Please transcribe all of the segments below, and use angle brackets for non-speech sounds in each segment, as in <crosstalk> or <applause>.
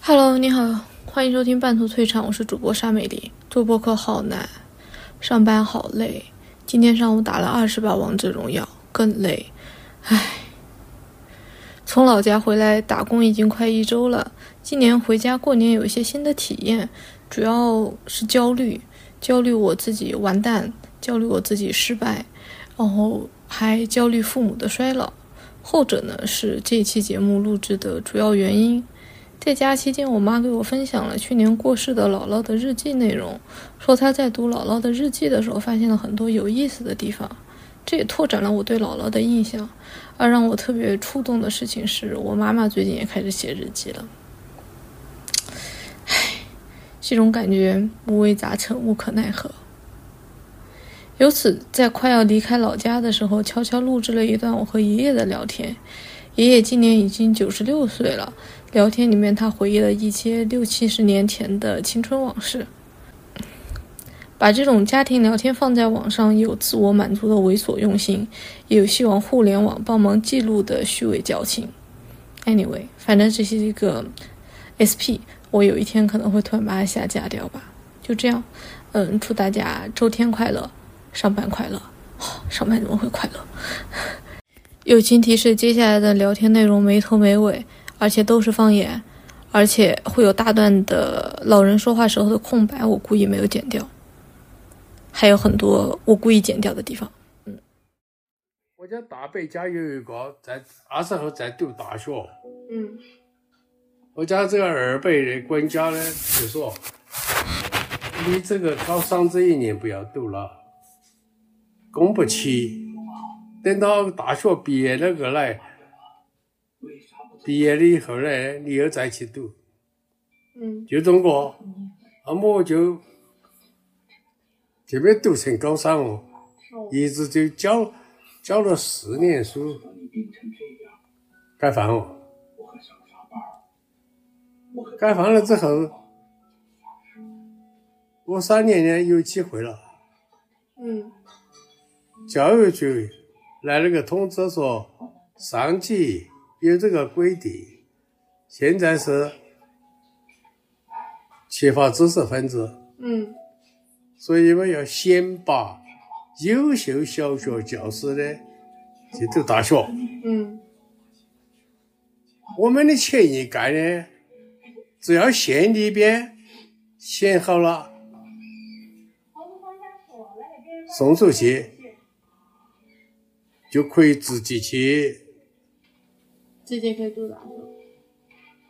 Hello，你好，欢迎收听半途退场，我是主播沙美丽。做播客好难，上班好累，今天上午打了二十把王者荣耀，更累。唉，从老家回来打工已经快一周了，今年回家过年有一些新的体验，主要是焦虑，焦虑我自己完蛋，焦虑我自己失败，然后还焦虑父母的衰老。后者呢是这一期节目录制的主要原因。在家期间，我妈给我分享了去年过世的姥姥的日记内容，说她在读姥姥的日记的时候，发现了很多有意思的地方，这也拓展了我对姥姥的印象。而让我特别触动的事情是，我妈妈最近也开始写日记了。唉，这种感觉五味杂陈，无可奈何。由此，在快要离开老家的时候，悄悄录制了一段我和爷爷的聊天。爷爷今年已经九十六岁了。聊天里面，他回忆了一些六七十年前的青春往事。把这种家庭聊天放在网上，有自我满足的猥琐用心，也有希望互联网帮忙记录的虚伪矫情。Anyway，反正这是一个 SP，我有一天可能会突然把它下架掉吧。就这样，嗯，祝大家周天快乐，上班快乐。哦上班怎么会快乐？ <laughs> 友情提示：接下来的聊天内容没头没尾，而且都是方言，而且会有大段的老人说话时候的空白，我故意没有剪掉，还有很多我故意剪掉的地方。我家大伯家有一个在那时候在读大学，嗯，我家这个二伯的管家呢就说：“你这个高三这一年不要读了，供不起，等到大学毕业那个来，毕业了以后呢，你又再去读。”嗯，就中国，那么我就就没读成高三哦，一直就教教了四年书，改放哦。改放了之后，我三年呢有机会了。嗯教育局来了个通知说，上级有这个规定，现在是缺乏知识分子，嗯所以我要先把优秀小学教师呢去读大学。嗯我们的前一届呢，只要县里边选好了，送出去就可以自己去直接可以读大学。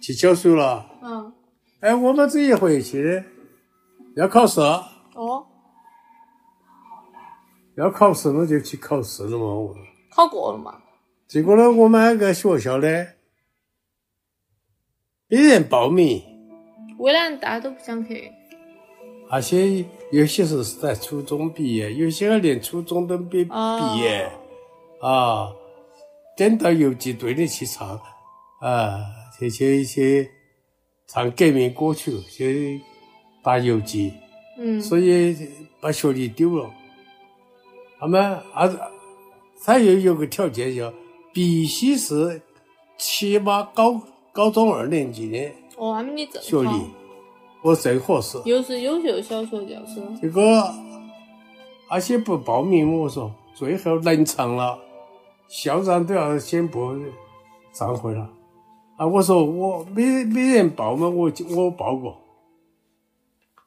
去教书了。嗯，哎，我们这一回去呢，要考试，哦，要考试，我就去考试了嘛。我考过了嘛？结果呢，我们那个学校呢，没人报名。为啥大家都不想去？而且有些是在初中毕业，有些连初中都没哦毕业、啊。等到游击队里去唱啊，去去去唱革命歌曲，去打游击，嗯所以把学历丢了。他们啊，他又有个条件叫必须是起码高高中二年级的哦，俺们你正学历，我最合适。又是优秀小学教师。这个，而且不报名，我说最后冷场了，校长都要宣布散会了。啊，我说我没没人报嘛，我就我报过，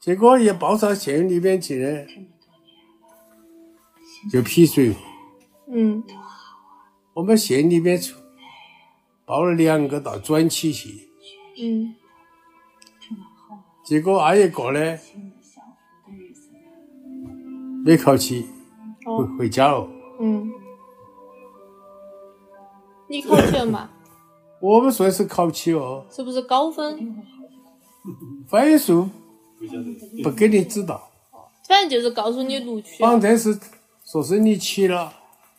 结果一报上县里面去呢，就批准。嗯我们县里面出报了两个到转起去，嗯结果那一个呢，没考起，回哦回家了。嗯，你考去了嘛？我们算是考起哦。是不是高分？分数不给你指导，反正就是告诉你录取了。反正是说是你起了。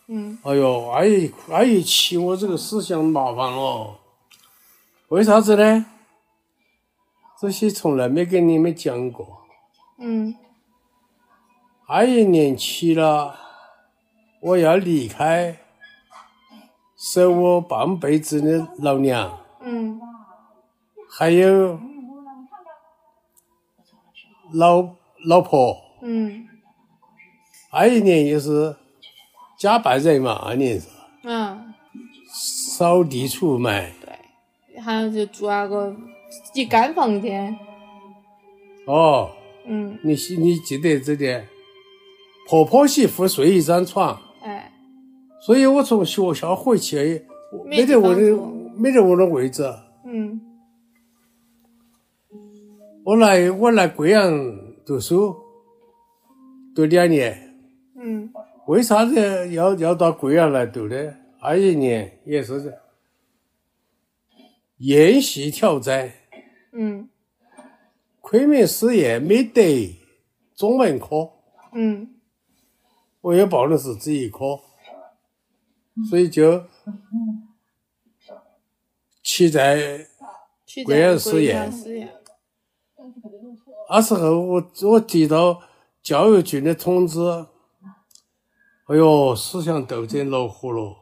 嗯。哎呦，哎一哎一起，我这个思想麻烦了。为啥子呢？这些从来没跟你们讲过。嗯二一年起了，我要离开守我半辈子的老娘，嗯还有老老婆，嗯还有一年就是家白人嘛，二年是嗯，扫地出门，对，还有就住那个自己干房间，哦，嗯，你记你记得这点，婆婆媳妇睡一张床，哎，所以我从学校回去，我没没得我的地方坐没得我的位置，嗯我来我来贵阳读书，读两年。嗯为啥子要要到贵阳来读呢？还有一年也是的沿袭挑战，嗯昆明实验没得中文科，嗯我也报的是这一科，所以就期待。去贵阳实验实验，那时候我我接到教育局的通知，哎哟，思想斗争恼火了。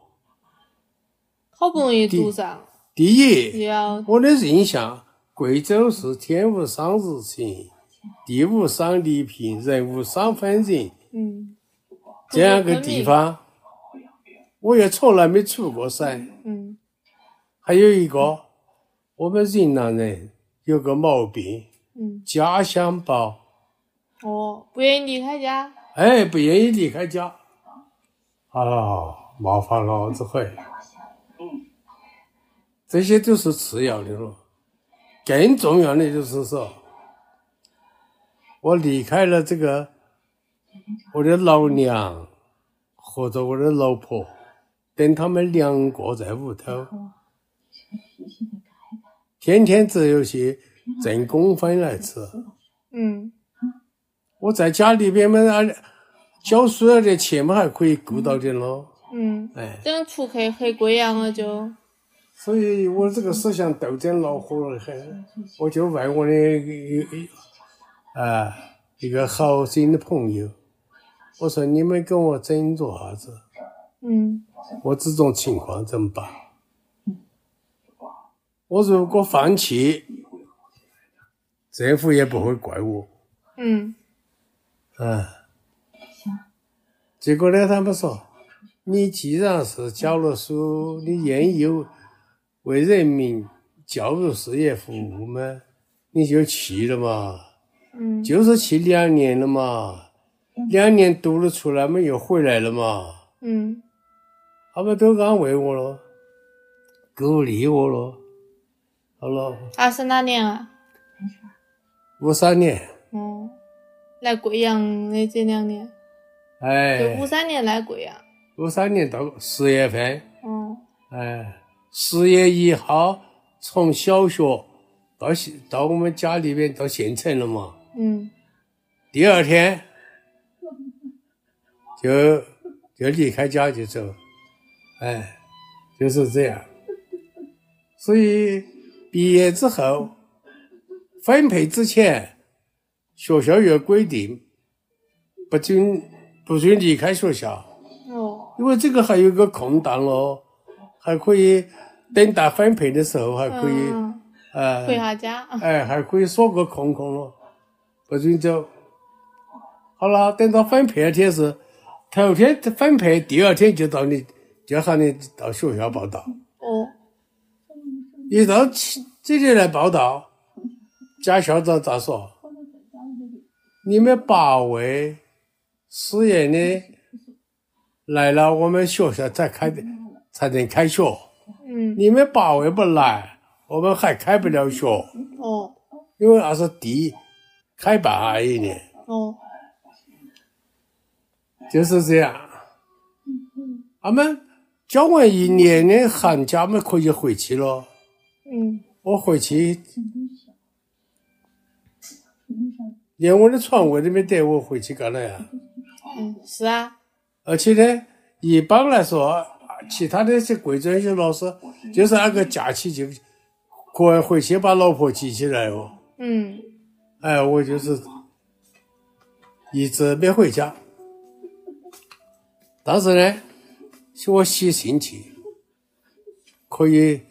好不容易读上，第一，也要我的印象，贵州是天无三日晴，地无三里平，人无三分人嗯这样个地方，我也从来没出过噻。嗯还有一个，我们云南人有个毛病，嗯，家乡暴，哦，不愿意离开家，哎，不愿意离开家。啊，麻烦了，这回。这些都是次要的了，更重要的就是说，我离开了这个我的老娘或者我的老婆，等他们两个在屋头，天天只有些挣公分来吃。嗯我在家里边嘛，啊，教书了的钱嘛还可以顾到点咯，嗯，哎，等出去回贵阳了就，所以我这个思想斗争恼火了很，我就为我的一一啊一个好心的朋友，我说你们跟我斟酌下子，嗯我这种情况怎么办？我如果放弃，政府也不会怪我，嗯嗯。结果呢，他们说，你既然是教了书，你研究为人民教育事业服务嘛， <laughs> 你就去了嘛，嗯就是去两年了嘛，两年读了出来嘛，又回来了嘛。嗯他们都安慰我了，鼓励我了。好了，二十哪年啊？五三年，哦，来贵阳的这两年，就五哎，三年来贵阳。五三年到十月份，哦，哎，十月一号从小学到县到我们家里边到县城了嘛。嗯第二天就就离开家就走，哎，就是这样。所以毕业之后，分配之前，学校有规定，不准不准离开学校，哦，因为这个还有个空档咯，还可以等待分配的时候还可以，嗯，呃，回下家。哎，还可以耍个空空咯，不准走。好了，等到分配那天是，头天分配，第二天就到你，就喊你到学校报到。哦，一到起这里来报到，贾校长咋说？你们八位实验的来了，我们学校才开才能开学。嗯，你们八位不来，我们还开不了学。哦因为那是第开办而已呢，哦，就是这样。俺们教完一年的寒假，我们可以回去了。嗯我回去，连我的床位都没得，我回去干了呀？嗯，是啊，而且呢，一般来说，啊其他的些贵州一些老师，就是那个假期就可以回去把老婆接起来哦。嗯哎，我就是一直没回家。但是呢，是我写信去，可呃以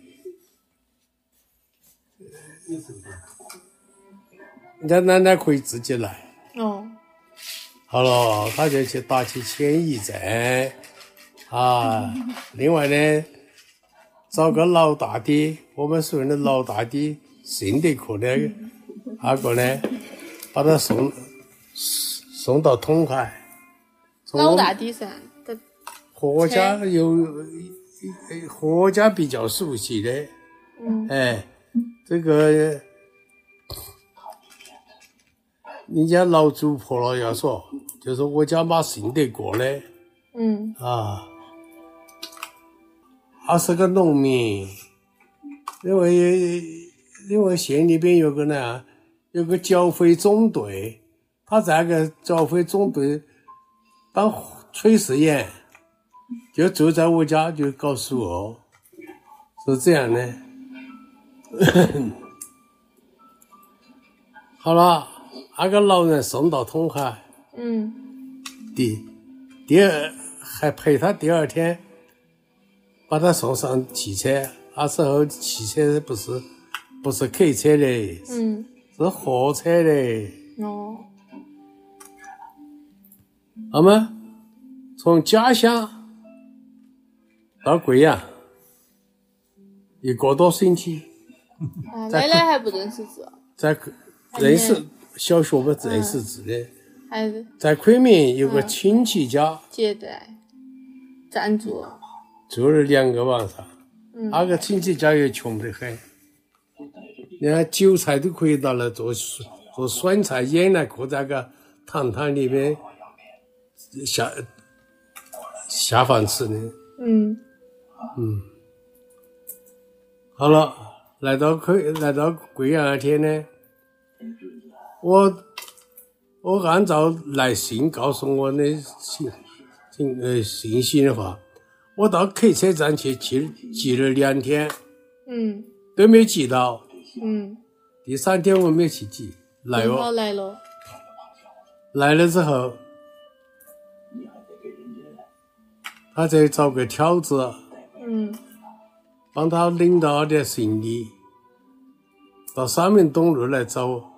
人家奶奶可以直接来。哦，好了，他就去打起迁移针啊。另外呢，找个老大的，我们所谓的老大的性德课的阿啊个呢，把他送送到统海。从我老们大的噻，在和我家有和我家比较熟悉的，嗯，哎，这个人家老祖婆了要说，就是我家马信得过的嗯啊，他是个农民，因为因为县里边有个呢，有个剿匪总队，他在那个剿匪总队当炊事员，就住在我家就搞熟哦，是这样的。 <coughs> 好了，那个老人送到统海。嗯，第第二还陪他第二天，把他送上汽车。那时候汽车不是不是 K 车嘞，嗯，是货车嘞。哦，那么从家乡到贵阳一个多星期，啊，奶奶还不认识字，在认识小学不认识字的，还是在昆明有个亲戚家接待赞助，住了两个晚上。嗯那个亲戚家又穷得很，人家韭菜都可以拿来做做酸菜腌来搁在那个糖汤里面下下饭吃的。嗯好了，来到贵来到贵阳那天呢，我我按照来信告诉我的信信呃信息的话，我到 K 车站去寄寄了两天嗯都没寄到。嗯，第三天我没去寄，来正好哦，来了，来了之后，他再找个挑子嗯帮他领到点行李，到三门东路来找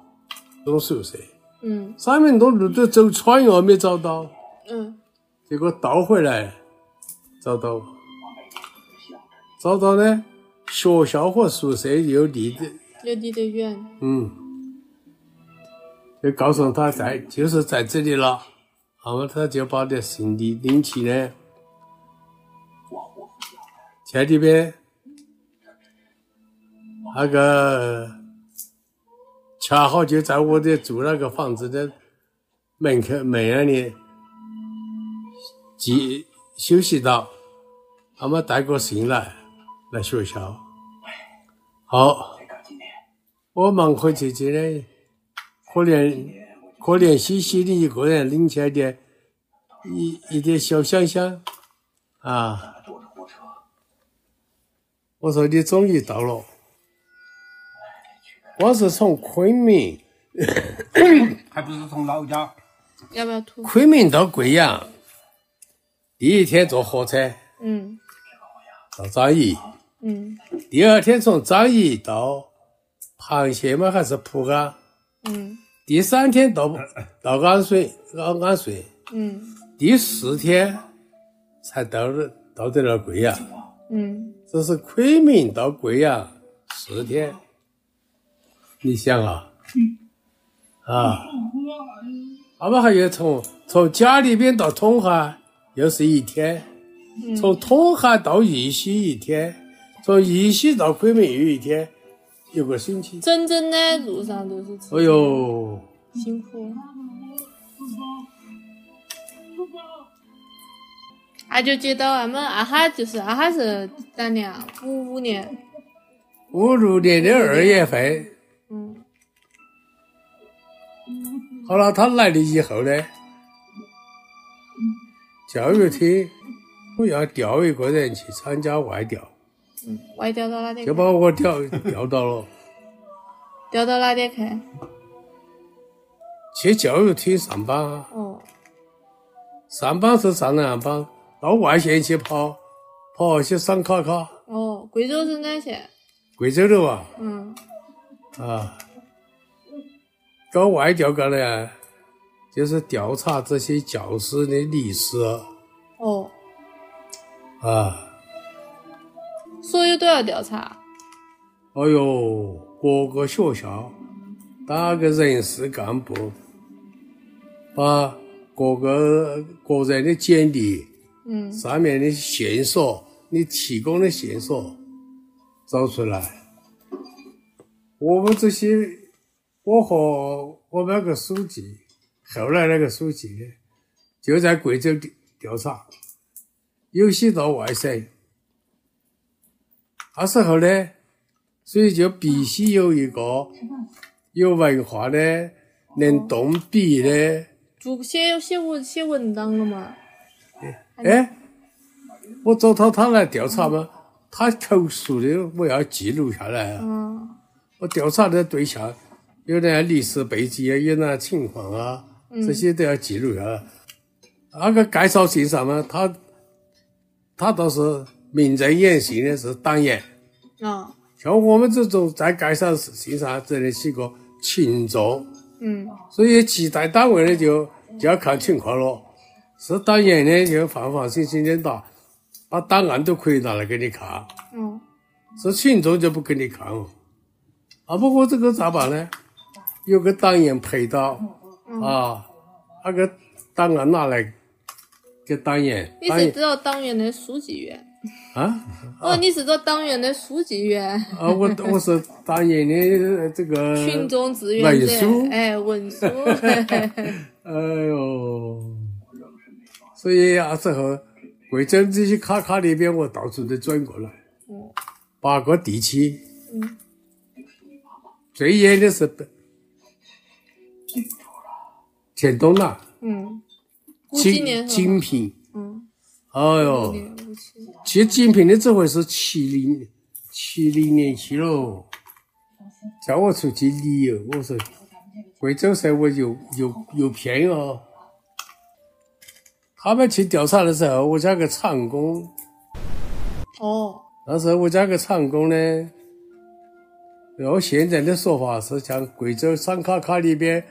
钟宿舍。嗯三门东路都走穿越哦没找到，嗯结果倒回来找到，找到呢，学校和宿舍又离得又离得远，嗯，就告诉他在就是在这里了，那么他就把这行李拎起来，在里边那个恰好就在我的住那个房子的门口门那里集休息到，那么带个信来来学校，好。我忙回去去呢，可怜可怜兮兮的一个人拎起来的一一点小香香啊！我说你终于到了，我是从昆明，还不是从老家要不要吐？昆明到贵阳，第一天坐火车嗯到张掖，嗯第二天从张掖到螃蟹吗？还是浦安？嗯第三天到到安顺，安安顺。嗯第四天才到了到得了贵阳，嗯，这是昆明到贵阳四天。你想啊，啊，俺们还有从从家里边到统海又是一天，从统海到玉溪一天，从玉溪到昆明又一天，有个星期。整整的路上都是车哎，呦，辛苦。俺就接到俺们阿哈，就是阿哈是咱俩五五年，五六年的二月份，嗯好了，他来了以后呢，教育厅我要调一个人去参加外调，嗯，外调到哪点就看？把我调调到了 <laughs> 调到哪点看？去教育厅上班啊，哦，上班是上两班，到外县去跑，跑去上卡卡，哦，贵州啊生产线，贵州的哇嗯啊，搞外调搞呢，就是调查这些教师的历史哦，啊。所有都要调查。哎呦，各个学校打个人事干部，把各个个人的简历嗯，上面的线索，你提供的线索找出来。我们这些，我和我们那个书记，后来那个书记呢，就在贵州调调查，有些到外省。那时候呢，所以就必须有一个有文化的、能动笔的。主写写文写文章了嘛？哎，我找他他来调查嘛，他口述的我要记录下来啊。嗯我调查的对象有哪历史背景啊，有哪情况啊，这些都要记录下来。那个介绍信上嘛，他他倒是名正言顺的是党员，啊像我们这种在介绍信上只能写个群众，嗯所以其他单位呢就就要看情况了。是党员呢就放放心心的打，把档案都可以拿来给你看。嗯是群众就不给你看哦。啊，不过这个咋办呢？有个党员陪到嗯啊，那个档案拿来给党员，你党是员知道党员的书记员？哎啊哦，你是做党员的书记员、啊，我我是党员的呃这个群众志愿文书者，哎，文 <laughs> 书，哎呦，所以啊那时候贵州这些卡卡那边，我到处都转过来，嗯八个地区，嗯最远的是北黔东南、嗯，五几金年是金吧？平，嗯，哎五呦，年五七年，其实金平的这回是七零七零年去喽，叫我出去旅游，哦我说贵州省我有有有偏哦。他们去调查的时候，我家个长工，哦，那时候我家个长工呢，用现在的说法是像贵州山卡卡里边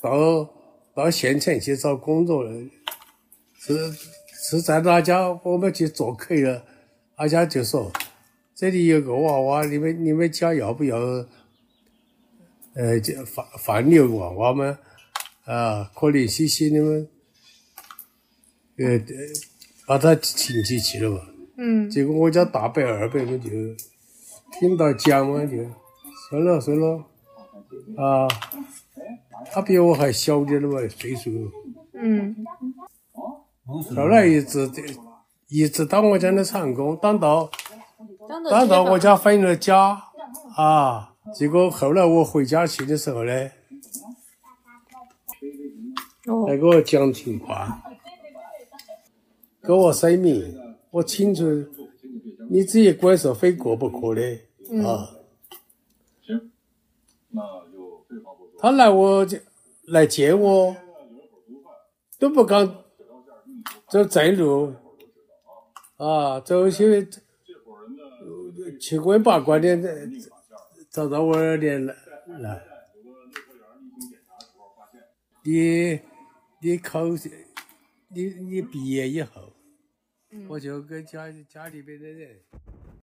到到县城去找工作的，是是在哪家我们去做客了，他家就说这里有个娃娃，你们你们家要不要？呃，就放放牛娃娃们啊，可怜兮兮你们，呃，呃把他请进去了嘛。嗯结果我家大伯二伯们就听到讲嘛，就算了算了，啊，他比我还小点了嘛，岁数。嗯后来一直一直当我家的长工，当到当到我家分了家啊。结果后来我回家去的时候呢，哦来给我讲情况，给我声明，我清楚你这一关是非过不可的、啊。行，那就废话不多，他来我这来接我，都不敢走正路啊，走些七拐八拐的，找到我儿的来来。你你考你你毕业以后，我就跟家家里边的人